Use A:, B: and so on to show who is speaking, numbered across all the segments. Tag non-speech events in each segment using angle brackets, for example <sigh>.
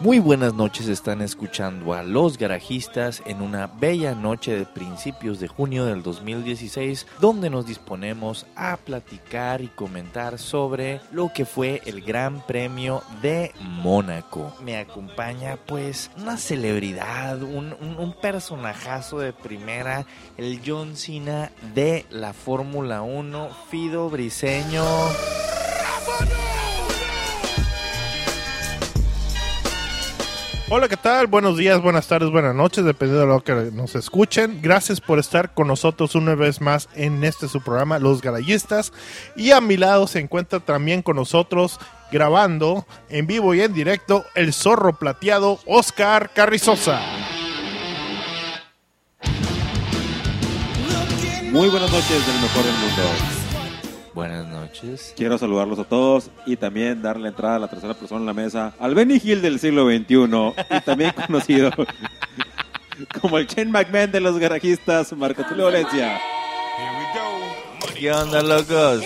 A: Muy buenas noches, están escuchando a Los Garajistas en una bella noche de principios de junio del 2016, donde nos disponemos a platicar y comentar sobre lo que fue el Gran Premio de Mónaco. Me acompaña pues una celebridad, un, un, un personajazo de primera, el John Cena de la Fórmula 1, Fido Briseño.
B: Hola, ¿qué tal? Buenos días, buenas tardes, buenas noches, dependiendo de lo que nos escuchen. Gracias por estar con nosotros una vez más en este su programa, Los Garayistas. Y a mi lado se encuentra también con nosotros, grabando en vivo y en directo, el zorro plateado Oscar Carrizosa.
C: Muy buenas noches del mejor del mundo.
A: Buenas noches.
C: Quiero saludarlos a todos y también darle entrada a la tercera persona en la mesa, al Benny Hill del siglo XXI y también <laughs> conocido como el Chen McMahon de los garajistas, Marco Tulio Valencia.
A: ¿Qué onda, locos?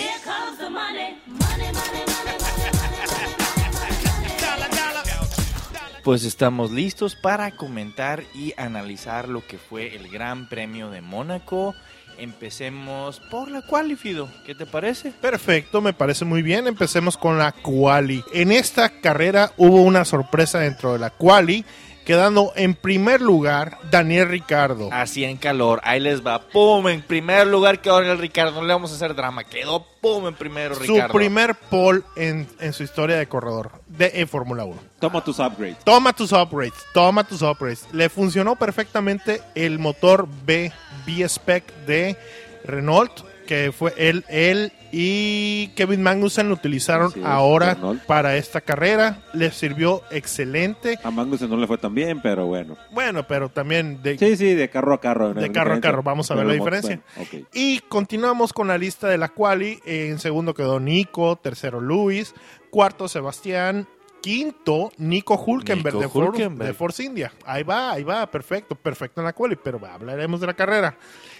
A: Pues estamos listos para comentar y analizar lo que fue el Gran Premio de Mónaco. Empecemos por la quali, Fido. ¿Qué te parece?
B: Perfecto, me parece muy bien. Empecemos con la quali. En esta carrera hubo una sorpresa dentro de la quali, quedando en primer lugar Daniel Ricardo.
A: Así en calor, ahí les va. ¡Pum! En primer lugar quedó el Ricardo. No le vamos a hacer drama. Quedó pum en primero, Ricardo.
B: Su primer pole en, en su historia de corredor de en Fórmula 1.
C: Toma tus upgrades.
B: Toma tus upgrades, toma tus upgrades. Le funcionó perfectamente el motor B, B-Spec de Renault, que fue él, él y Kevin Magnussen lo utilizaron
C: Así es,
B: ahora
C: Renault.
B: para esta carrera. Le sirvió excelente.
C: A Magnussen no le fue tan bien, pero bueno.
B: Bueno, pero también de,
C: Sí, sí, de carro a carro. ¿no?
B: De carro a carro, vamos a ver
C: Pero
B: la
C: mo-
B: diferencia.
C: bueno, ok.
B: Y continuamos con la lista de la quali. En segundo quedó Nico, tercero Luis, cuarto Sebastián, quinto Nico Hulkenberg,
A: Nico
B: de, For-
A: Hülkenberg.
B: de Force India. Ahí va, ahí va, perfecto, perfecto en la quali, pero hablaremos de la carrera.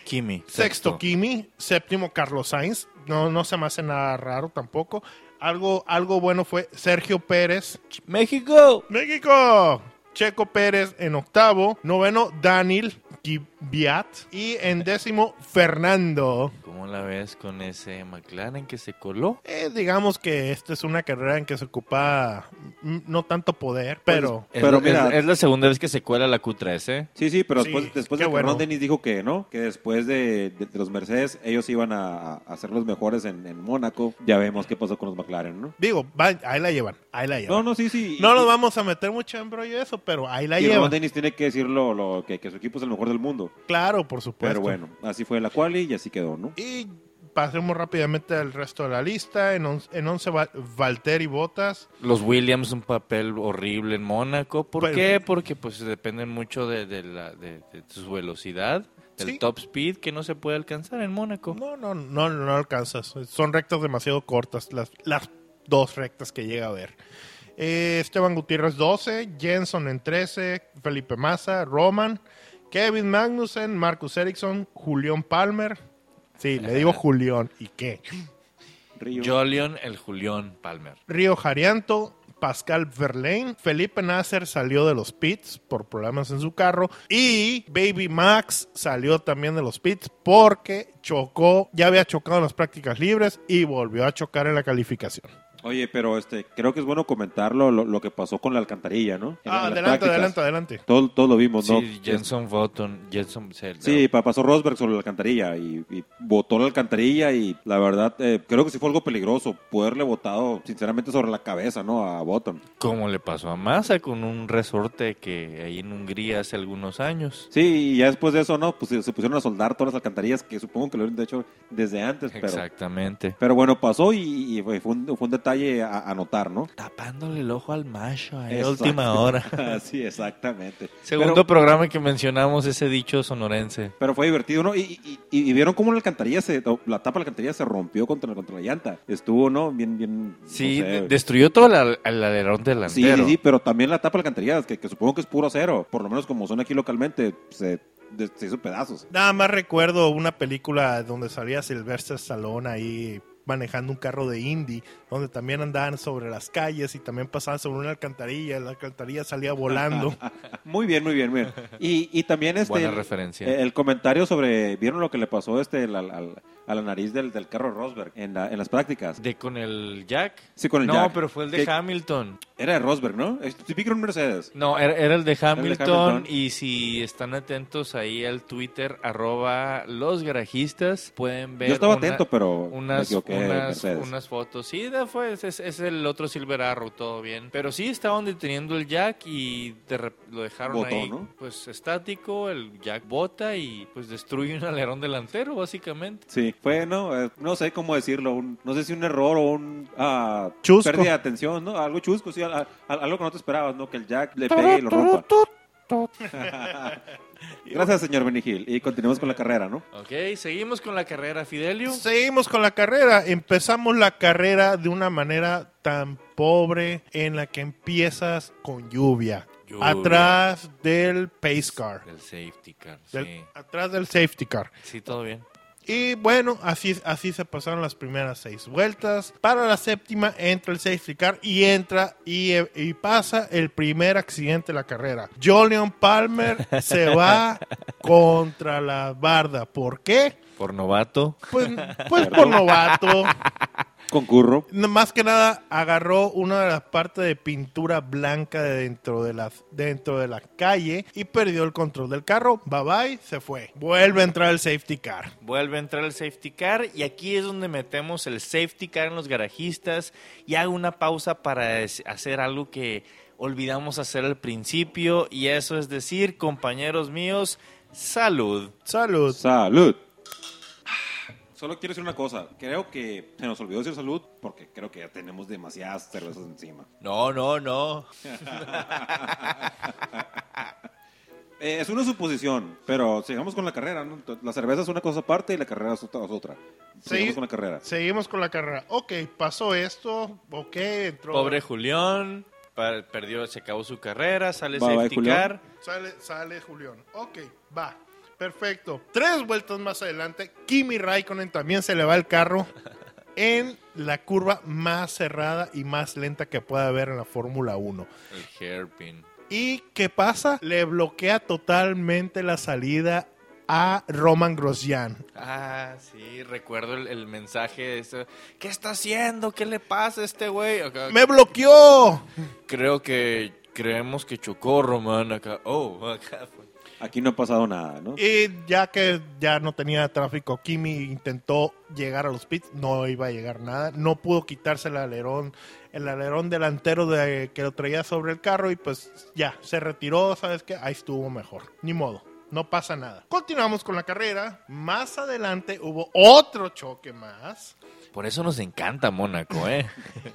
A: Kimi.
B: Sexto, Kimi, séptimo Carlos Sainz, no, no se me hace nada raro tampoco. Algo, algo bueno fue Sergio Pérez,
A: México.
B: México. Checo Pérez en octavo, noveno Daniel Kiviat y en décimo Fernando.
A: ¿Cómo la ves con ese McLaren que se coló?
B: Eh, digamos que esta es una carrera en que se ocupa mm, no tanto poder,
C: Pues
B: pero
A: Es
C: Pero
A: la- es,
C: mira-
A: es la segunda vez que se cuela la Q3, ¿eh?
C: Sí, sí, pero
B: Sí,
C: después, después
B: qué
C: de que
B: bueno.
C: Ron Dennis dijo que no, que después de, de- de los Mercedes ellos iban a, a ser los mejores en, en Mónaco. Ya vemos qué pasó con los McLaren, ¿no?
B: digo, va- ahí la llevan, ahí la
C: No,
B: llevan. No,
C: no, sí, sí.
B: nos vamos a meter mucho en brollo eso, pero ahí la
C: Y Ron
B: llevan.
C: Dennis tiene que decir lo, lo- que, que su equipo es el mejor del mundo.
B: Claro, por supuesto.
C: Pero bueno, así fue la quali y así quedó, ¿no?
B: Y pasemos rápidamente al resto de la lista. En, on- en once, Val- Valtteri Botas.
A: Los Williams un papel horrible en Mónaco. ¿Por
B: Pero-
A: qué? Porque pues dependen mucho de, de la, de, de su velocidad, del
B: Sí.
A: top speed que no se puede alcanzar en Mónaco.
B: No, no, no, no alcanzas. Son rectas demasiado cortas, las, las dos rectas que llega a ver. Eh, Esteban Gutiérrez 12, Jenson en 13, Felipe Massa, Roman, Kevin Magnussen, Marcus Ericsson, Julián Palmer. Sí, le digo Julián, ¿y qué?
C: Río.
A: Jolion, el Julión Palmer.
B: Río Jarianto, Pascal Verlaine, Felipe Nasser salió de los pits por problemas en su carro y Baby Max salió también de los pits porque chocó, ya había chocado en las prácticas libres y volvió a chocar en la calificación.
C: Oye, pero este, creo que es bueno comentarlo lo, lo que pasó con la alcantarilla, ¿no? En- en las
B: Ah, adelante,
C: prácticas.
B: adelante, adelante.
C: Todo, todo lo vimos, ¿no?
A: Sí, Jenson Button, Jenson se-
C: Sí, pa- pasó Rosberg sobre la alcantarilla y, y botó la alcantarilla y la verdad eh, creo que sí fue algo peligroso poderle botado sinceramente sobre la cabeza, ¿no? A Bottom.
A: Como le pasó a Massa con un resorte que ahí en Hungría hace algunos años.
C: Sí, y ya después de eso, ¿no? Pues se se pusieron a soldar todas las alcantarillas que supongo que lo habían hecho desde antes, pero...
A: Exactamente.
C: Pero bueno, pasó y, y fue, fue un, fue un detalle a, a notar, ¿no?
A: Tapándole el ojo al macho ahí a
C: Exacto.
A: última hora.
C: <laughs> sí, exactamente.
A: Segundo
C: Pero-
A: programa que mencionamos ese dicho sonorense.
C: Pero fue divertido, ¿no? Y, y- y- y vieron cómo la alcantarilla se, o la tapa de la alcantarilla se rompió contra, contra la llanta. Estuvo, ¿no? Bien, bien. no
A: Sí,
C: sé.
A: de- destruyó todo la- el alerón
C: Sí, sí,
A: delantero.
C: sí, pero también la tapa de la alcantarilla, que, que supongo que es puro acero. Por lo menos como son aquí localmente, se, de- se hizo pedazos. <laughs>
B: Nada más recuerdo una película donde salía Sylvester Stallone ahí manejando un carro de indie, donde también andaban sobre las calles y también pasaban sobre una alcantarilla, la alcantarilla salía
C: <laughs>
B: volando.
C: Muy bien, muy bien, muy bien. Y, y también este
A: Buena
C: el-
A: referencia.
C: eh, El comentario sobre vieron lo que le pasó este al- al- al- a la nariz del, del carro Rosberg en, la- en las prácticas.
A: ¿De con el Jack?
C: Sí, con el
A: no,
C: Jack.
A: pero fue el de
C: Que-
A: Hamilton.
C: Era de Rosberg, ¿no? Es típico en Mercedes.
A: No, era, era el de Hamilton,
C: Hamilton.
A: Y si están atentos ahí al Twitter, arroba los garajistas, pueden ver.
C: Yo estaba
A: una-
C: atento, pero me
A: Unas,
C: equivoqué,
A: unas,
C: Mercedes.
A: unas fotos. Sí, da- fue, es, es- es el otro Silver Arrow, todo bien. Pero sí estaban deteniendo el Jack y de rep- lo dejaron
C: Botó,
A: ahí,
C: ¿no?
A: pues estático. El Jack bota y pues destruye un alerón delantero, básicamente.
C: Sí, fue, no, eh, no sé cómo decirlo, un- no sé si un error o un ah,
B: Chusco.
C: pérdida de atención, ¿no? Algo chusco, sí, al- al- algo que no te esperabas, ¿no? Que el Jack le pegue y lo rompa. <laughs> Gracias, señor Benigil. Y continuemos con la carrera, ¿no?
A: Ok, seguimos con la carrera, Fidelio.
B: Seguimos con la carrera. Empezamos la carrera de una manera tan pobre en la que empiezas con lluvia.
A: Lluvia.
B: Atrás del pace car.
A: Del safety car,
B: Del-
A: sí.
B: Atrás del safety car.
A: Sí, todo bien.
B: Y bueno, así, así se pasaron las primeras seis vueltas. Para la séptima entra el safety car y entra y, y pasa el primer accidente de la carrera. Julian Palmer se
A: <laughs>
B: va contra la barda. ¿Por qué?
A: Por novato.
B: Pues, pues por novato.
C: Concurro.
B: No, Más que nada agarró una de las partes de pintura blanca de dentro de las dentro de la calle y perdió el control del carro. Bye bye, se fue. Vuelve a entrar el safety car.
A: Vuelve a entrar el safety car y aquí es donde metemos el safety car en los garajistas y hago una pausa para es- hacer algo que olvidamos hacer al principio y eso es decir, compañeros míos, salud.
B: Salud.
C: Salud. <sighs> Solo quiero decir una cosa. Creo que se nos olvidó decir salud porque creo que ya tenemos demasiadas cervezas encima.
A: No, no, no.
C: Eh, es una suposición, pero sigamos con la carrera. ¿no? Ento- La cerveza es una cosa aparte y la carrera es otra. es otra. Sigamos
B: Sí.
C: con la carrera.
B: Seguimos con la carrera. Ok, pasó esto. Ok, entró.
A: Pobre Julián, pa- perdió, se acabó su carrera, sale
C: Bye, bye,
A: safety
C: Julián.
A: car.
B: Sale, sale Julián. Ok, va. Perfecto. Tres vueltas más adelante. Kimi Raikkonen también se le va el carro en la curva más cerrada y más lenta que pueda haber en la Fórmula 1.
A: El hairpin.
B: ¿Y qué pasa? Le bloquea totalmente la salida a Roman Grosjean.
A: Ah, sí, recuerdo el, el mensaje de eso. ¿Qué está haciendo? ¿Qué le pasa a este güey? Acá-
B: ¡Me bloqueó!
A: Creo que creemos que chocó Román acá. Oh, acá fue.
C: Aquí no ha pasado nada, ¿no?
B: Y ya que ya no tenía tráfico, Kimi intentó llegar a los pits, no iba a llegar nada, no pudo quitarse el alerón, el alerón delantero de, que lo traía sobre el carro y pues ya, se retiró, ¿sabes qué? Ahí estuvo mejor, ni modo. No pasa nada. Continuamos con la carrera. Más adelante hubo otro choque
C: <laughs>
B: más.
A: Por eso nos encanta Mónaco,
B: <laughs>
A: ¿eh?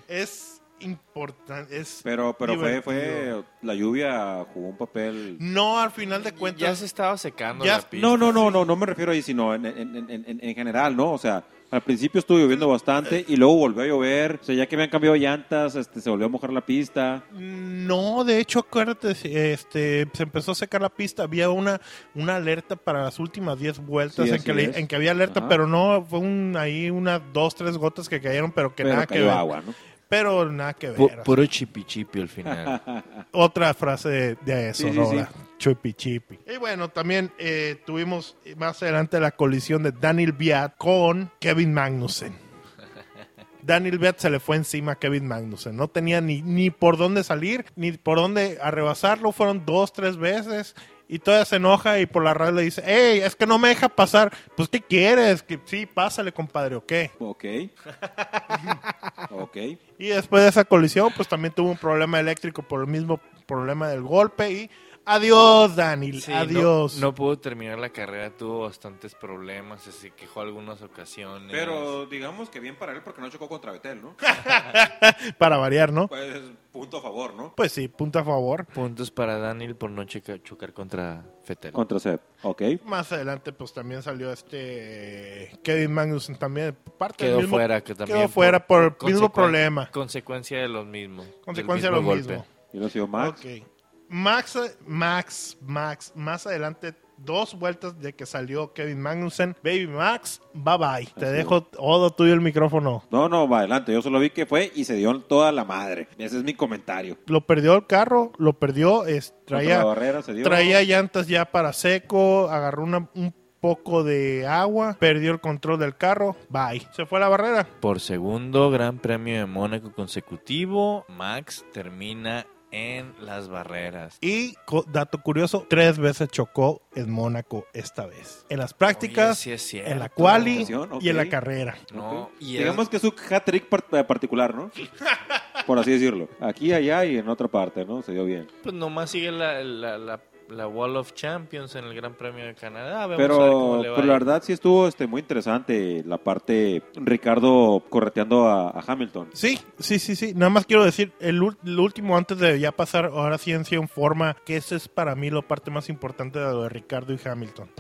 B: Es importante. Es
C: Pero, pero fue,
B: divertido.
C: fue la lluvia jugó un papel.
B: No, al final de
A: ya
B: cuentas.
A: se estaba secando
B: Ya-
A: la pista.
C: No, no, no, no, no me refiero ahí, sino en, en- en- en- en general, ¿no? O sea, al principio estuvo lloviendo bastante y luego volvió a llover. O sea, ya que me han cambiado llantas, este, se volvió a mojar la pista.
B: No, de hecho, acuérdate, este, se empezó a secar la pista. Había una, una alerta para las últimas 10 vueltas
C: Sí,
B: en, que
C: así
B: le-
C: es.
B: en que había alerta,
C: Ajá.
B: pero no, fue un, ahí unas dos, tres gotas que cayeron, pero que
C: pero
B: nada que
C: cayó
B: ver.
C: agua, ¿no?
B: Pero nada que ver.
A: Pu- puro chipichipi al
B: <laughs>
A: final.
B: Otra frase de, de eso,
C: Sí, sí,
B: Sonora. Chupi chipi. Y bueno, también eh, tuvimos más adelante la colisión de Daniel Biat con Kevin Magnussen. Daniel Biat se le fue encima a Kevin Magnussen. No tenía ni, ni por dónde salir, ni por dónde arrebasarlo. Fueron dos, tres veces. Y todavía se enoja y por la radio le dice, hey, es que no me deja pasar. Pues, ¿qué quieres? Que, sí, pásale, compadre, ¿o qué?
C: <laughs> Ok. ok.
B: Y después de esa colisión, pues también tuvo un problema eléctrico por el mismo problema del golpe. Y adiós, Daniel.
A: Sí, no-
B: adiós.
A: No, pudo terminar la carrera, tuvo bastantes problemas, se quejó algunas ocasiones.
C: Pero digamos que bien para él porque no chocó contra Betel, <laughs> ¿no?
B: Para variar, ¿no?
C: Pues punto a favor, ¿no?
B: Pues sí, punto a favor.
A: Puntos para Daniel por no checa- chocar contra Fetel.
C: Contra Seb. Ok.
B: Más adelante, pues también salió este Kevin Magnussen también. Parte
A: Quedó
B: del mismo-
A: fuera, que también.
B: Quedó fuera por el mismo
A: consecu-
B: problema.
A: Consecuencia de los mismos.
B: Consecuencia de lo
A: del
B: mismo.
A: golpe.
C: Y no ha sido Max.
B: Ok. Max, Max, Max, más adelante dos vueltas de que salió Kevin Magnussen. Baby Max, bye bye. Te dejo todo tuyo el micrófono.
C: No, no, va adelante. Yo solo vi que fue y se dio toda la madre. Ese es mi comentario.
B: Lo perdió el carro, lo perdió, es-
C: Contra
B: traía,
C: la barrera se dio.
B: traía llantas ya para seco, agarró una- un poco de agua, perdió el control del carro, bye. Se fue a la barrera.
A: Por segundo Gran Premio de Mónaco consecutivo, Max termina en las barreras.
B: Y, co- dato curioso, tres veces chocó en Mónaco esta vez. En las prácticas,
A: Oye, sí es
B: en la
A: cierto.
B: quali
C: ocasión, ok.
B: y en la carrera.
A: No, y es-
C: Digamos que es un hat-trick par- eh,
B: <laughs>
C: particular, ¿no? Por así decirlo. Aquí, allá y en otra parte, ¿no? Se dio bien.
A: Pues nomás sigue la, la, la, la Wall of Champions en el Gran Premio de Canadá. Vamos a ver cómo
C: Pero,
A: le va
C: pero la
A: ahí.
C: verdad sí estuvo este, muy interesante la parte Ricardo correteando a, a Hamilton.
B: Sí, sí, sí, sí. Nada más quiero decir, el, ul- el último antes de ya pasar, ahora sí en sí en forma, que esa es para mí la parte más importante de lo de Ricardo y Hamilton.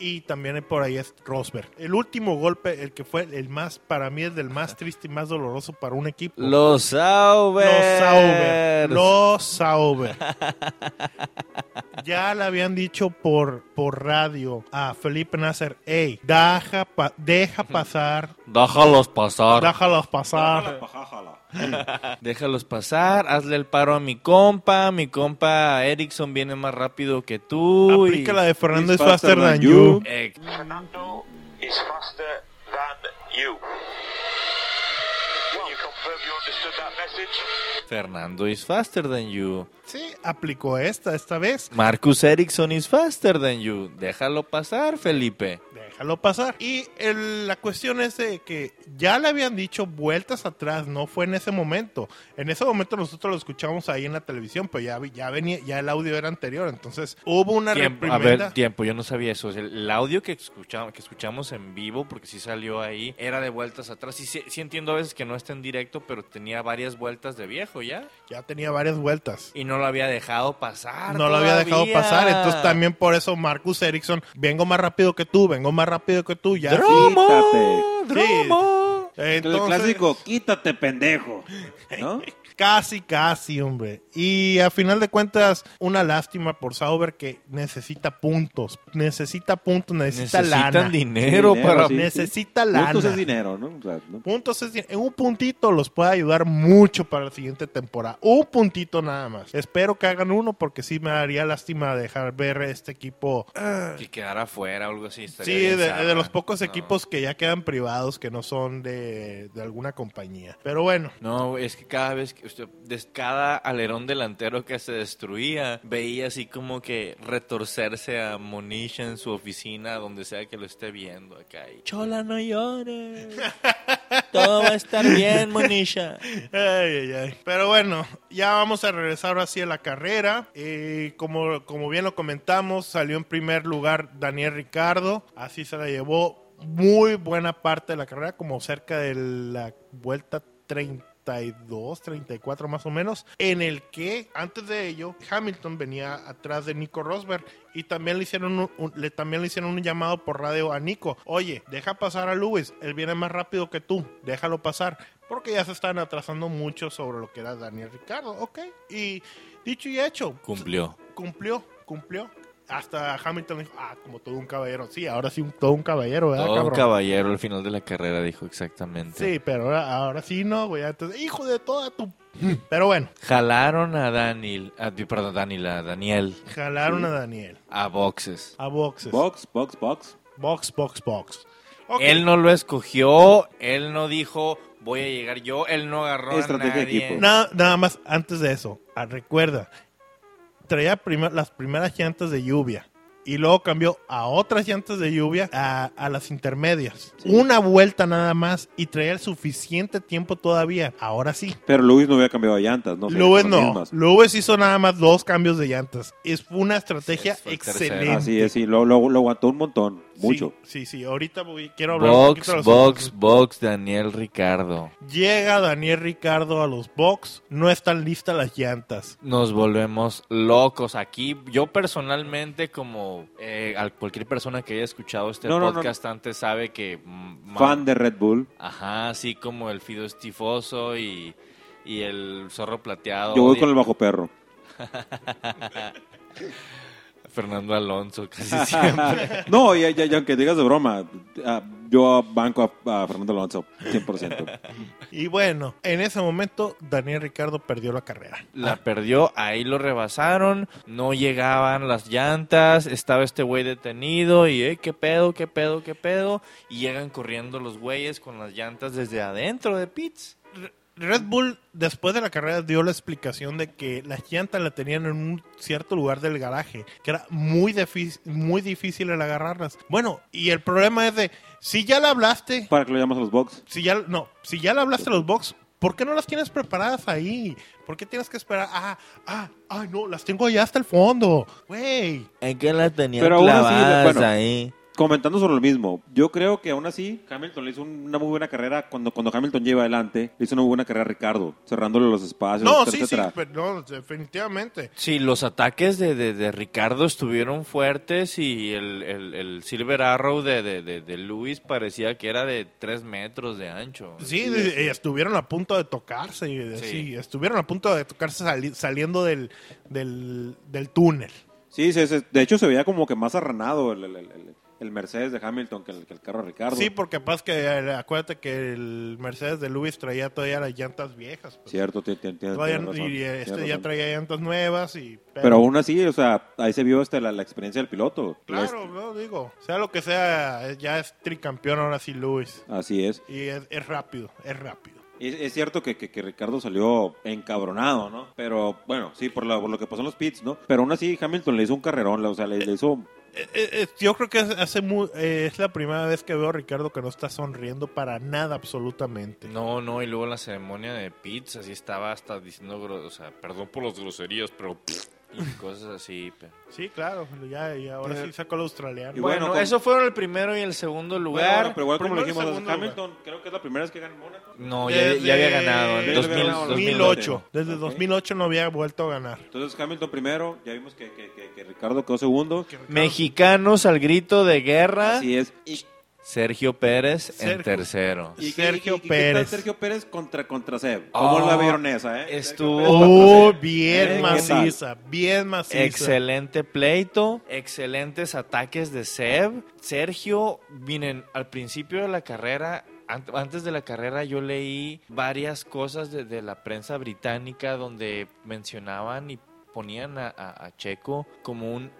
B: Y también por ahí es Rosberg. El último golpe, el que fue el más, para mí es del más triste y más doloroso para un equipo.
A: Los Saubers.
B: Los Sauber. Los Sauber. <laughs> ya le habían dicho por, por radio a Felipe Nasser, hey, deja, pa- deja pasar,
A: Déjalos pasar.
B: déjalos pasar.
A: Déjalos pasar. Hazle el paro a mi compa. Mi compa Erickson viene más rápido que tú. y-
B: Aplica la de Fernando
C: He's
B: es faster
C: faster
B: than
C: than you.
B: you.
A: Eh,
D: Fernando is faster than you. Can you confirm you understood that message?
A: Fernando is faster than you.
B: Sí, aplicó esta, esta vez.
A: Marcus Erickson is faster than you. Déjalo pasar, Felipe.
B: Déjalo pasar. Y el- la cuestión es de que ya le habían dicho vueltas atrás, no fue en ese momento. En ese momento nosotros lo escuchamos ahí en la televisión, pero ya, vi- ya venía, ya el audio era anterior, entonces hubo una
A: Tiempo-
B: reprimenda.
A: a ver, tiempo, yo no sabía eso. O sea, el audio que escuchamos, que escuchamos en vivo, porque sí salió ahí, era de vueltas atrás. Y sí, sí entiendo a veces que no está en directo, pero tenía varias vueltas de viejo ya.
B: Ya tenía varias vueltas.
A: Y no lo había dejado pasar.
B: No lo había dejado
A: todavía.
B: pasar, entonces también por eso Marcus Erickson, vengo más rápido que tú, vengo más rápido que tú, ya.
A: ¡Dromo!
C: Quítate.
A: ¡Dromo!
C: El
B: Entonces,
C: clásico, quítate, pendejo.
B: <laughs>
C: ¿No?
B: Casi, casi, hombre. Y a final de cuentas, una lástima por Sauber que necesita puntos, necesita puntos, necesita
A: Necesitan
B: lana.
A: dinero,
C: Dinero,
A: para...
C: sí.
B: Necesita lana.
C: Puntos es dinero, ¿no? O sea, ¿no?
B: Puntos es din- en un puntito los puede ayudar mucho para la siguiente temporada. Un puntito nada más. Espero que hagan uno porque sí me daría lástima dejar ver este equipo
A: Que quedara fuera o algo así. estaría
B: Sí, de,
A: bien
B: de
A: zarra.
B: los pocos
A: No.
B: equipos que ya quedan privados, que no son de, de alguna compañía. Pero bueno,
A: No, es que cada vez que usted, des- cada alerón delantero que se destruía, veía así como que retorcerse a Monish en su oficina, donde sea que lo esté viendo acá. y, Chola, no llores. Todo va a estar bien, Monisha.
B: ay, ay, ay. pero bueno, ya vamos a regresar ahora sí a la carrera. Eh, como, como bien lo comentamos, salió en primer lugar Daniel Ricardo, así se la llevó muy buena parte de la carrera, como cerca de la vuelta 32, 34 más o menos, en el que antes de ello Hamilton venía atrás de Nico Rosberg y también le hicieron un, un- le también le hicieron un llamado por radio a Nico. Oye, deja pasar a Lewis, él viene más rápido que tú, déjalo pasar, porque ya se están atrasando mucho sobre lo que era Daniel Ricardo, ¿ok? Y dicho y hecho,
A: Cumplió.
B: cumplió, cumplió. Hasta Hamilton dijo, ah, como todo un caballero. Sí, ahora sí, un- todo un caballero, ¿verdad,
A: Todo un
B: Ah, cabrón?
A: caballero al final de la carrera dijo exactamente.
B: Sí, pero ahora, ahora sí no, güey. Entonces, hijo de toda tu... Pero bueno,
A: Jalaron a Daniel, a, perdón, Daniel, a Daniel
B: jalaron a Daniel.
A: a boxes.
B: A boxes.
C: Box, box, box.
B: box, box, box. Ok.
A: Él no lo escogió, él no dijo voy a llegar yo, él no agarró
C: Estrategia
A: a
C: de
A: nadie.
C: equipo.
B: Nada, nada más, antes de eso, ah, recuerda, traía prima- las primeras llantas de lluvia y luego cambió a otras llantas de lluvia a, a las intermedias. Una vuelta nada más y traía el suficiente tiempo todavía. Ahora sí.
C: Pero Luis no había cambiado de llantas, ¿no?
B: Lewis
C: Con las
B: no.
C: mismas.
B: Lewis hizo nada más dos cambios de llantas. Es una estrategia
A: Sí, fue el tercero.
B: excelente.
C: Así es, sí, lo, lo, lo aguantó un montón, mucho.
B: Sí, sí, sí. Ahorita voy- quiero hablar un poquito de
A: Box,
B: los
A: box,
B: otros.
A: box, Daniel Ricardo.
B: Llega Daniel Ricardo a los box. No están listas las llantas.
A: Nos volvemos locos aquí. Yo personalmente, como eh, al- cualquier persona que haya escuchado este
C: No, no, no,
A: podcast antes, sabe que... mm, ma-
C: Fan de Red Bull.
A: Ajá, así como el Fido Estifoso y, y el Zorro Plateado.
C: Yo voy
A: odian-
C: con el bajo perro.
A: Fernando Alonso,
C: <laughs>
A: casi siempre.
C: no, y, y- y aunque digas de broma, ah, yo banco a, a Fernando Alonso 100%.
B: Y bueno, en ese momento Daniel Ricardo perdió la carrera.
A: La perdió, ahí lo rebasaron, no llegaban las llantas, estaba este güey detenido y, eh, qué pedo, qué pedo, qué pedo. Y llegan corriendo los güeyes con las llantas desde adentro de pits.
B: Red Bull después de la carrera dio la explicación de que las llantas la tenían en un cierto lugar del garaje, que era muy, difí- muy difícil el agarrarlas. Bueno, y el problema es de, si ya la hablaste,
C: Para que lo llamas a los box.
B: si ya, no, si ya la hablaste a los box, ¿por qué no las tienes preparadas ahí? ¿Por qué tienes que esperar? Ah, ah, ah, no, las tengo allá hasta el fondo. Güey,
A: ¿En qué la tenían
C: Pero aún así, clavadas bueno,
A: ahí?
C: Comentando sobre lo mismo, yo creo que aún así Hamilton le hizo una muy buena carrera cuando, cuando Hamilton lleva adelante, le hizo una muy buena carrera a Ricardo, cerrándole los espacios,
B: no, sí,
C: etcétera,
B: sí,
C: etcétera.
B: pero no, definitivamente.
A: Sí, los ataques de, de- de Ricardo estuvieron fuertes y el, el- el Silver Arrow de, de, de- de Luis parecía que era de 3 metros de ancho.
B: Sí, de- eh, estuvieron a punto de tocarse. y de-
A: Sí.
B: sí, estuvieron a punto de tocarse sali- saliendo del, del, del túnel.
C: Sí, sí, sí. de hecho se veía como que más arranado el, el- el- el- el Mercedes de Hamilton que el, que el carro de Ricardo.
B: Sí, porque capaz que eh, acuérdate que el Mercedes de Luis traía todavía las llantas viejas. pues.
C: Cierto, ti- ti- ti- tienes
B: Todavía-
C: razón,
B: y eh,
C: tienes
B: este ya
C: razón.
B: traía llantas nuevas y...
C: Pero aún así, o sea, ahí se vio hasta la, la experiencia del piloto. Pues,
B: Claro, no, digo, sea lo que sea, eh, ya es tricampeón ahora sí Luis.
C: Así es.
B: Y es, es rápido, es rápido.
C: Es, es cierto que, que- que Ricardo salió encabronado, ¿no? Pero bueno, sí, por, la- por lo que pasó en los pits, ¿no? Pero aún así, Hamilton le hizo un carrerón, la- o sea, le, le hizo.
B: Eh, eh, eh, yo creo que es- hace mu- eh, es la primera vez que veo a Ricardo que no está sonriendo para nada absolutamente.
A: No, no, y luego en la ceremonia de Pitts, así estaba hasta diciendo, gro- o sea, perdón por las groserías, pero... Y cosas así. pero-
B: Sí, claro, ya, y ahora sí sacó al australiano.
C: Y bueno,
A: Bueno,
C: como-
A: eso fueron el primero y el segundo lugar.
C: Bueno, pero igual como
B: primero
C: lo
B: y
C: dijimos,
B: segundo
C: Hamilton creo que es la primera vez que gana en Mónaco.
A: No, ya, ya había ganado. En
C: Desde
A: 2000,
C: 2008.
A: 2008.
B: Desde
C: Ok.
B: 2008 no había vuelto a ganar.
C: Entonces Hamilton primero, ya vimos que, que- que- que Ricardo quedó segundo.
A: Mexicanos al grito de guerra.
C: Así es. Y,
A: Sergio Pérez en
B: Sergio.
A: tercero.
C: y- y-
B: Sergio
C: y- y- ¿qué tal
B: Pérez.
C: Sergio Pérez contra, contra Seb. Como
A: Oh,
C: la vieron esa, ¿eh?
A: estuvo-
B: Oh,
C: Sergio Pérez contra Seb. Eh,
B: bien
C: ¿qué
B: maciza, bien maciza.
A: Excelente pleito, excelentes ataques de Seb. Sergio, miren, al principio de la carrera, an- antes de la carrera yo leí varias cosas de, de la prensa británica donde mencionaban y ponían a, a- a Checo como un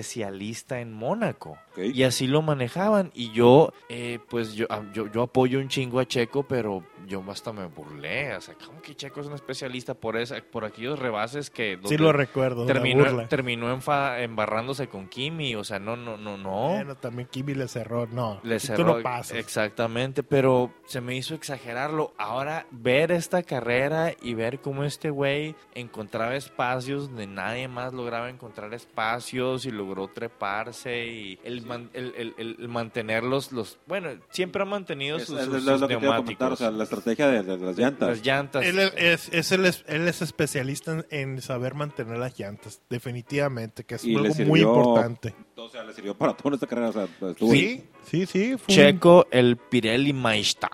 A: especialista en Mónaco.
C: Ok.
A: Y así lo manejaban. Y yo, eh, pues yo, ah, yo, yo apoyo un chingo a Checo, pero yo hasta me burlé. O sea, ¿cómo que Checo es un especialista por, esa, por aquellos rebases que...
B: Sí
A: donde-
B: lo recuerdo, la
A: terminó,
B: burla.
A: terminó enfa- embarrándose con Kimi, o sea, no, no, no, no.
B: Bueno, también Kimi le cerró, no.
A: Le
B: si
A: cerró-
B: Tú no pasas.
A: Exactamente, pero se me hizo exagerarlo. Ahora, ver esta carrera y ver cómo este güey encontraba espacios donde nadie más lograba encontrar espacios y logró treparse y el, man- el, el- el- el mantener los, los- Bueno, siempre ha mantenido
C: Es-
A: sus,
C: es-
A: sus-
C: es lo
A: sus
C: que te iba a comentar, o
A: neumáticos.
C: sea, la estrategia de, de las llantas.
A: las llantas.
B: Él es, es- es el es- él es especialista en, en saber mantener las llantas, definitivamente, que es
C: Y le
B: algo
C: sirvió-
B: muy importante.
C: O sea, le sirvió para toda esta carrera. O sea, estuvo
B: Sí, sí, sí. fue un-
A: Checo, el Pirelli Maestá.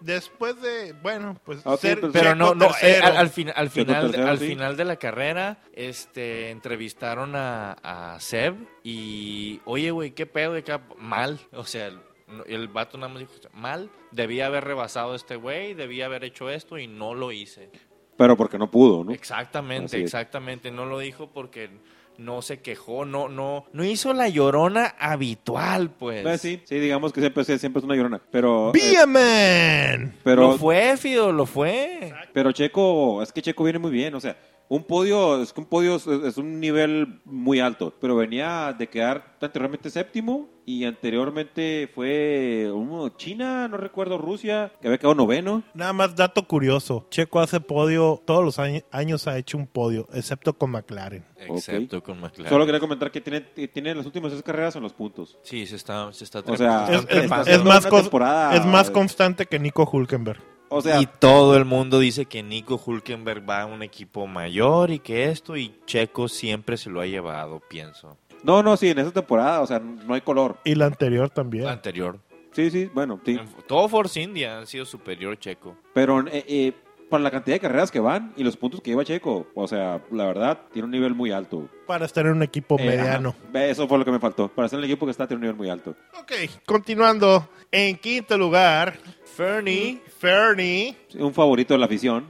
B: Después de, bueno, pues...
C: Ok,
B: ser-
C: pues-
A: Pero
B: Checo
A: no, no, eh,
B: tercero.
A: al, al fin- al
C: Checo
A: final,
C: tercero,
A: al
C: sí.
A: final de la carrera, este, entrevistaron a, a Seb y, oye, güey, qué pedo, de acá? mal, o sea, el, no- el vato nada más dijo, mal, debía haber rebasado a este güey, debía haber hecho esto y no lo hice.
C: Pero porque no pudo, ¿no?
A: Exactamente,
C: Así es.
A: exactamente, no lo dijo porque no se quejó, no, no, no hizo la llorona habitual, pues.
C: Eh, sí, sí, digamos que siempre, sí, siempre es una llorona. Pero, eh,
B: ¡Be a man!
A: Lo
C: pero,
A: fue, Fido, lo fue.
C: pero Checo, es que Checo viene muy bien. O sea, un podio, es que un podio es, es un nivel muy alto. Pero venía de quedar anteriormente séptimo y anteriormente fue uno, China, no recuerdo, Rusia, que había quedado noveno.
B: Nada más dato curioso. Checo hace podio, todos los año- años ha hecho un podio, excepto con McLaren.
A: Excepto con McLaren.
C: Solo quería comentar que tiene, tiene las últimas tres carreras en los puntos.
A: Sí, se está, se está
C: O sea,
A: se
B: Es,
A: están
B: es-
A: trepando.
B: es más
C: Una
B: cons-
C: temporada-
B: es más constante que Nico Hulkenberg.
C: O sea,
A: y todo el mundo dice que Nico Hulkenberg va a un equipo mayor y que esto, y Checo siempre se lo ha llevado, pienso.
C: no, no, sí, en esa temporada, o sea, no hay color.
B: Y la anterior también.
A: Anterior.
C: Sí, sí, bueno, sí.
A: En- todo Force India ha sido superior Checo.
C: Pero eh, eh, para la cantidad de carreras que van y los puntos que lleva Checo. O sea, la verdad, tiene un nivel muy alto.
B: para estar en un equipo
C: Eh,
B: mediano.
C: ajá. Eso fue lo que me faltó. Para ser el equipo que está, tiene un nivel muy alto.
B: Ok, continuando. En quinto lugar, Fernie. Fernie
C: Un favorito de la afición.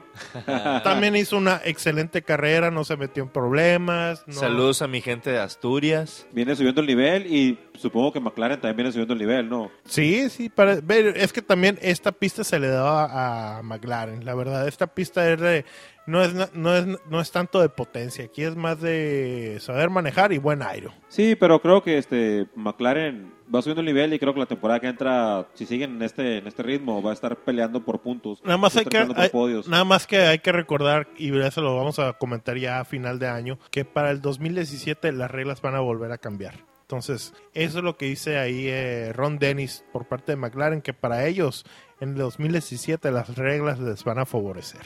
B: también hizo una excelente carrera, no se metió en problemas. no-
A: Saludos a mi gente de Asturias.
C: Viene subiendo el nivel y supongo que McLaren también viene subiendo el nivel, ¿no?
B: Sí, sí, para, ver, es que también esta pista se le daba a McLaren, la verdad, esta pista es de- no es, na- no es, no es tanto de potencia, aquí es más de saber manejar y buen aire.
C: Sí, pero creo que este McLaren va subiendo el nivel y creo que la temporada que entra, si siguen en este, en este ritmo, va a estar peleando por puntos.
B: Nada más,
C: va a
B: hay
C: estar
B: que,
C: peleando por
B: hay-
C: podios.
B: nada más que hay que recordar, y eso lo vamos a comentar ya a final de año, que para el 2017 las reglas van a volver a cambiar. Entonces, eso es lo que dice ahí eh, Ron Dennis por parte de McLaren, que para ellos en el 2017 las reglas les van a favorecer.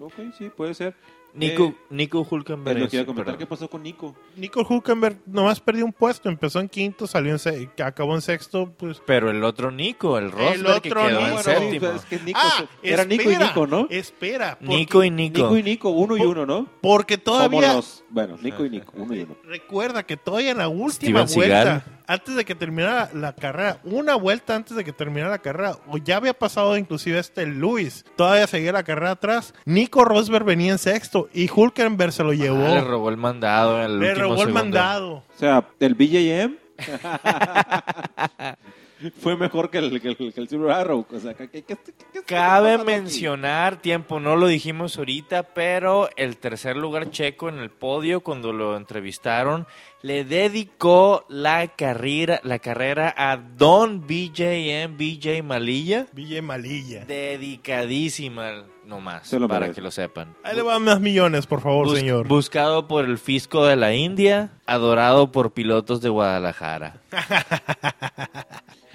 C: Ok, sí, puede ser.
A: Nico,
C: Eh,
A: Nico
C: Pero
A: Hulkenberg.
C: lo que iba a comentar,
A: perdón.
C: ¿qué pasó con Nico?
B: Nico Hulkenberg nomás perdió un puesto, empezó en quinto, salió en se- acabó en sexto, pues...
A: Pero el otro Nico, el Rosberg, que
B: otro
A: quedó
B: Nico,
A: en
B: bueno,
A: séptimo.
C: pues, es que Nico,
B: Ah,
C: era Nico y
B: espera, Eh,
C: Nico, ¿no?
B: Espera, porque,
A: Nico y Nico.
C: Nico y Nico, uno y uno, ¿no?
B: porque todavía...
C: Como los- Bueno, Nico y Nico, uno y uno.
B: Recuerda que todavía en la última
A: Steven
B: vuelta,
A: Seagal.
B: antes de que terminara la carrera, una vuelta antes de que terminara la carrera, o ya había pasado inclusive este Luis, todavía seguía la carrera atrás, Nico Rosberg venía en sexto y Hulkenberg se lo llevó.
A: Ah, le robó el mandado en el
B: le
A: último
B: robó el
A: segundo.
B: mandado.
C: O sea, el BJM <laughs> fue mejor que el, que el, que el Silver Arrow. O sea, ¿qué, qué- qué- qué- qué- qué
A: Cabe
C: pasa aquí?
A: mencionar, tiempo, no lo dijimos ahorita, pero el tercer lugar checo en el podio, cuando lo entrevistaron, le dedicó la carrera, la carrera a Don BJM, BJ Malilla.
B: Ville Malilla.
A: Dedicadísima, nomás,
C: Se lo
A: para
C: merece.
A: que lo sepan.
B: Ahí le van más millones, por favor,
A: Bus-
B: señor.
A: Buscado por el fisco de la India, adorado por pilotos de Guadalajara.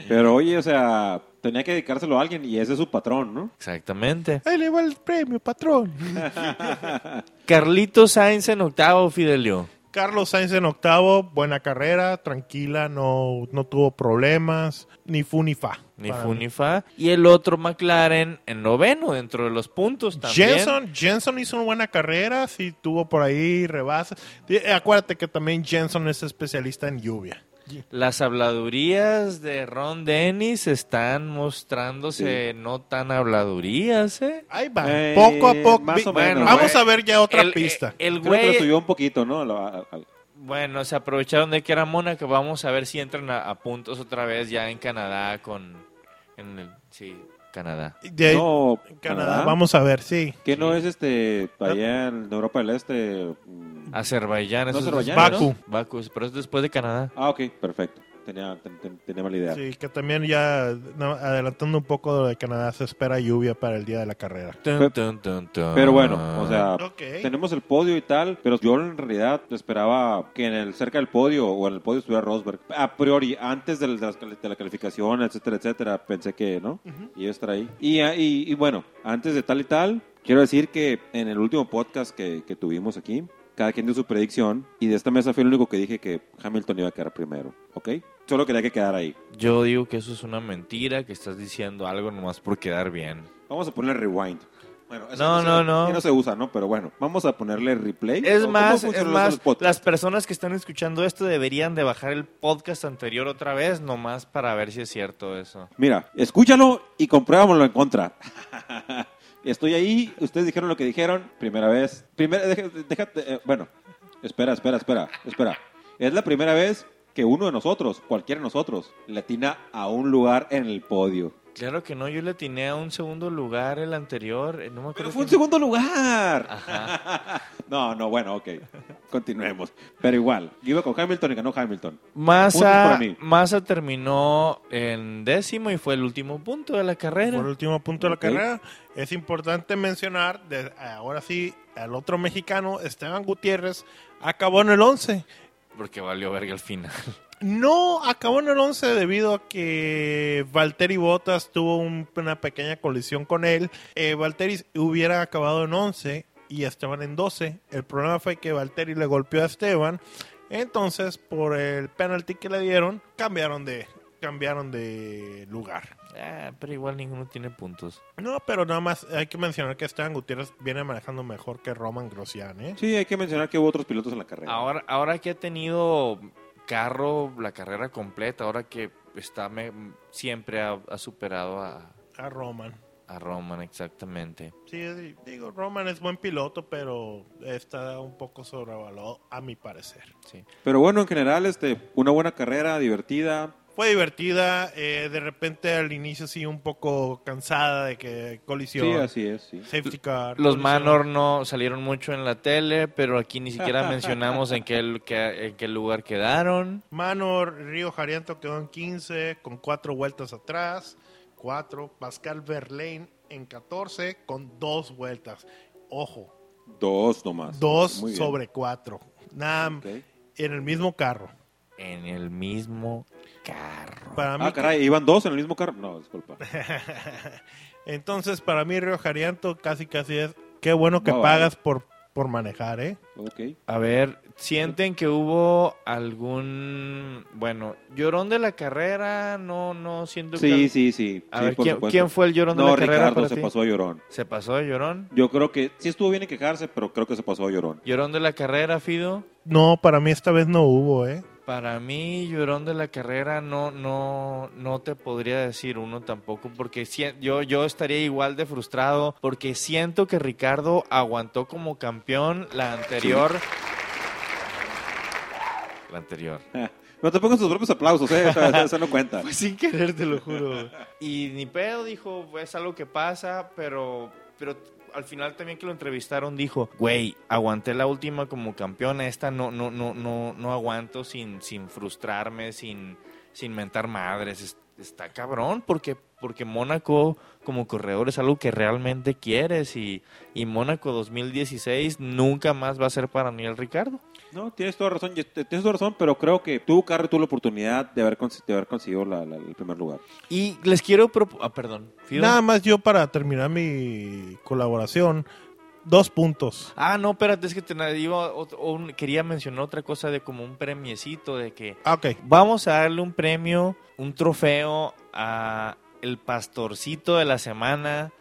C: Pero oye, o sea, tenía que dedicárselo a alguien y ese es su patrón, ¿no?
A: Exactamente.
B: Ahí le va el premio, patrón.
A: Carlito Sainz en octavo, Fidelio.
B: Carlos Sainz en octavo, buena carrera, tranquila, no, no tuvo problemas, ni fu ni fa.
A: Ni
B: para
A: fu
B: mí.
A: ni fa. Y el otro McLaren en noveno dentro de los puntos también.
B: Jenson, Jenson hizo una buena carrera, sí tuvo por ahí rebases. Eh, Acuérdate que también Jenson es especialista en lluvia.
A: Las habladurías de Ron Dennis están mostrándose no tan habladurías, ¿eh?
B: Ahí va,
C: Eh,
B: poco a poco.
C: más
B: Vi-
C: o menos. Eh,
B: Vamos
A: güey.
B: a ver ya otra
A: El-
B: pista.
A: eh, El
C: Creo que lo
A: güey,
C: subió un poquito, ¿no? A la- a- a-
A: bueno, se aprovecharon de que era Mónaco. Vamos a ver si entran a, a puntos otra vez ya en Canadá con... En el- sí, Canadá.
B: De ahí,
C: no,
B: Canadá,
C: Canadá.
B: vamos a ver, sí. Ah.
C: Que no es este, allá en Europa del Este. mm,
A: Azerbaiyán.
C: No,
A: eso es
C: Azerbaiyán,
A: después,
B: ¿no?
A: Bakú, pero es después de Canadá.
C: Ah, ok, perfecto. Tenía, ten- ten- tenía mala idea.
B: Sí, que también ya no, adelantando un poco de Canadá, se espera lluvia para el día de la carrera.
A: Tun, tun, tun, tun.
C: Pero bueno, o sea,
B: Ah. Ok.
C: Ah, tenemos el podio y tal, pero yo en realidad esperaba que en el cerca del podio o en el podio estuviera Rosberg. A priori, antes del- de, las cali- de la calificación, etcétera, etcétera, pensé que, ¿no? Y yo estar ahí. Y, ah, y- y bueno, antes de tal y tal, quiero decir que en el último podcast que, que tuvimos aquí, cada quien dio su predicción y de esta mesa fui el único que dije que Hamilton iba a quedar primero, ¿ok? Solo quería que quedar ahí.
A: Yo digo que eso es una mentira, que estás diciendo algo nomás por quedar bien.
C: Vamos a ponerle rewind. Bueno, eso
A: No,
C: se-
A: no, no.
C: ya no se usa, ¿no? Pero bueno, vamos a ponerle replay. ¿O
A: Es
C: cómo
A: más, es
C: funcionan
A: más,
C: los podcasts?
A: las personas que están escuchando esto deberían de bajar el podcast anterior otra vez nomás para ver si es cierto eso.
C: Mira, escúchalo y compruébamelo en contra. <laughs> Estoy ahí, ustedes dijeron lo que dijeron, primera vez. Primera, deja- déjate, eh, bueno, espera, espera, espera, espera. Es la primera vez que uno de nosotros, cualquiera de nosotros, le atina a un lugar en el podio.
A: Claro que no, yo le atiné a un segundo lugar el anterior, eh, no me acuerdo.
C: Pero fue un
A: quién-
C: segundo lugar.
A: Ajá.
C: <laughs> No, no, bueno, ok. Continuemos. Pero igual, yo iba con Hamilton y ganó Hamilton. Puntos para
A: Massa,
C: mí.
A: Massa terminó en décimo y fue el último punto de la carrera.
B: Por último punto
C: Ok.
B: de la carrera, es importante mencionar, de- ahora sí, al otro mexicano, Esteban Gutiérrez, acabó en el 11.
A: Porque valió verga al final. <laughs>
B: No acabó en el 11 debido a que Valtteri Bottas tuvo un- una pequeña colisión con él. Eh, Valtteri hubiera acabado en 11 y Esteban en 12. El problema fue que Valtteri le golpeó a Esteban. Entonces, por el penalti que le dieron, cambiaron de, cambiaron de lugar.
A: Ah, pero igual ninguno tiene puntos.
B: No, pero nada más hay que mencionar que Esteban Gutiérrez viene manejando mejor que Roman Grosjean, ¿eh?
C: Sí, hay que mencionar que hubo otros pilotos en la carrera.
A: Ahora, ahora que ha tenido carro la carrera completa, ahora que está me- siempre ha, ha superado a,
B: A Roman.
A: a Roman exactamente.
B: Sí, sí, digo, Roman es buen piloto, pero está un poco sobrevalorado, a mi parecer.
A: Sí.
C: Pero bueno, en general, este, una buena carrera, divertida.
B: Fue divertida, eh, de repente al inicio sí un poco cansada de que colisión,
C: Sí, así es, sí.
B: safety car.
A: Los
B: colisión.
A: Manor no salieron mucho en la tele, pero aquí ni siquiera mencionamos en qué, lu- qué- en qué lugar quedaron.
B: Manor, Río Jarianto quedó en 15 con cuatro vueltas atrás, cuatro. Pascal Verlaine en 14 con dos vueltas. Ojo,
C: Dos nomás.
B: dos
C: Muy bien.
B: sobre cuatro. Nada,
C: Ok.
B: en el mismo carro.
A: En el mismo carro.
B: Para mí
C: Ah, caray, iban dos en el mismo carro.
B: <laughs>
C: No, disculpa.
B: Entonces, para mí Río Jarianto casi casi es qué bueno que
C: No, vale.
B: pagas por, por manejar, ¿eh?
C: Ok.
A: A ver, ¿sienten que hubo algún... Bueno, llorón de la carrera? No, no siento
C: Sí,
A: que...
C: sí, sí.
A: A
C: sí,
A: ver,
C: por
A: ¿quién,
C: supuesto.
A: quién fue el llorón de
C: No,
A: la carrera
C: Ricardo
A: para
C: se
A: ti?
C: pasó a llorón.
A: ¿Se pasó de llorón?
C: Yo creo que sí estuvo bien en quejarse, pero creo que se pasó a llorón.
A: Llorón de la carrera, Fido.
B: No, para mí esta vez no hubo, ¿eh?
A: Para mí, llorón de la carrera, no, no, no te podría decir uno tampoco, porque si- yo, yo estaría igual de frustrado, porque siento que Ricardo aguantó como campeón la anterior. La anterior.
C: No te pongas tus propios aplausos, ¿eh? O sea, Eso
A: <laughs>
C: no cuenta.
A: Pues sin querer, te lo juro. Y ni pedo dijo, es algo que pasa, pero, pero al final también que lo entrevistaron dijo, güey, aguanté la última como campeona, esta no, no, no, no, no aguanto sin, sin frustrarme, sin, sin mentar madres. Es- Está cabrón, porque, porque Mónaco como corredor es algo que realmente quieres y, y Mónaco 2016 nunca más va a ser para Daniel Ricardo.
C: No, tienes toda razón, y- este, tienes toda razón, pero creo que tú, Carlos, tuvo la oportunidad de haber, consi- de haber conseguido la- la- el primer lugar.
A: Y les quiero... propo- Ah, perdón. Fido.
B: Nada más yo para terminar mi colaboración, dos puntos.
A: Ah, no, espérate, es que te iba otro- un- quería mencionar otra cosa de como un premiecito de que
B: Ah,
C: <laughs>
B: Ok,
A: vamos a darle un premio, un trofeo a el pastorcito de la semana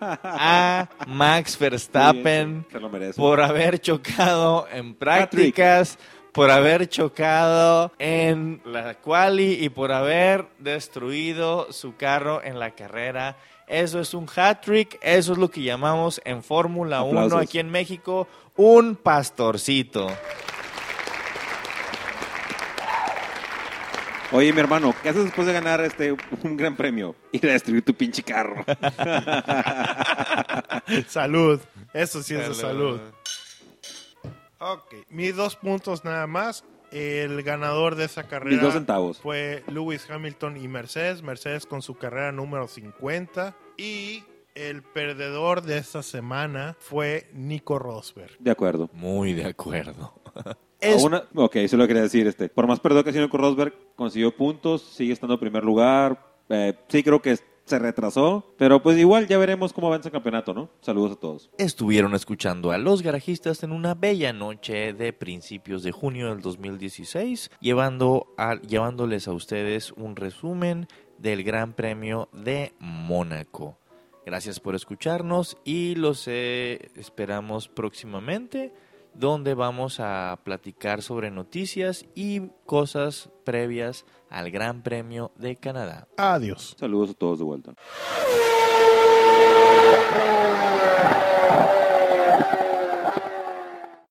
A: a Max
C: Muy bien,
A: Verstappen
C: sí, Se lo merece.
A: por haber chocado en prácticas, por haber chocado en la quali y por haber destruido su carro en la carrera. Eso es un hat-trick, eso es lo que llamamos en Fórmula 1
C: Aplausos.
A: aquí en México un pastorcito.
C: Oye, mi hermano, ¿qué haces después de ganar este un gran premio? Ir a destruir tu pinche carro.
B: salud. Eso sí es de salud. Ok, mis dos puntos nada más. El ganador de esa carrera
C: Mis dos centavos.
B: fue Lewis Hamilton y Mercedes. Mercedes con su carrera número 50. Y el perdedor de esta semana fue Nico Rosberg.
C: De acuerdo.
A: Muy de acuerdo.
B: Es-
C: A una- ok, eso lo quería decir. Este. Por más perdón que ha sido con Rosberg, consiguió puntos, sigue estando en primer lugar. Eh, sí, creo que se retrasó, pero pues igual ya veremos cómo avanza el campeonato, ¿no? Saludos a todos.
A: Estuvieron escuchando a los garajistas en una bella noche de principios de junio del 2016, llevando a- llevándoles a ustedes un resumen del Gran Premio de Mónaco. Gracias por escucharnos y los eh, esperamos próximamente, donde vamos a platicar sobre noticias y cosas previas al Gran Premio de Canadá.
B: Adiós.
C: Saludos a todos de vuelta.